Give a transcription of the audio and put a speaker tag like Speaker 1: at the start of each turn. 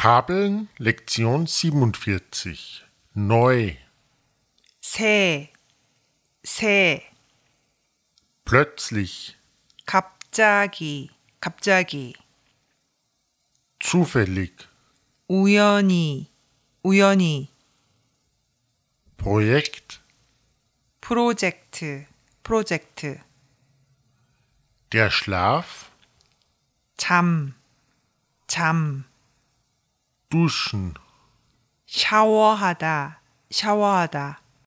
Speaker 1: Vokabeln Lektion 47 Neu
Speaker 2: 새, 새,
Speaker 1: plötzlich
Speaker 2: 갑자기, 갑자기,
Speaker 1: zufällig
Speaker 2: 우연히, 우연히,
Speaker 1: Projekt
Speaker 2: 프로젝트, 프로젝트,
Speaker 1: Der Schlaf
Speaker 2: 잠, 잠,
Speaker 1: Duschen
Speaker 2: 샤워하다, 샤워하다,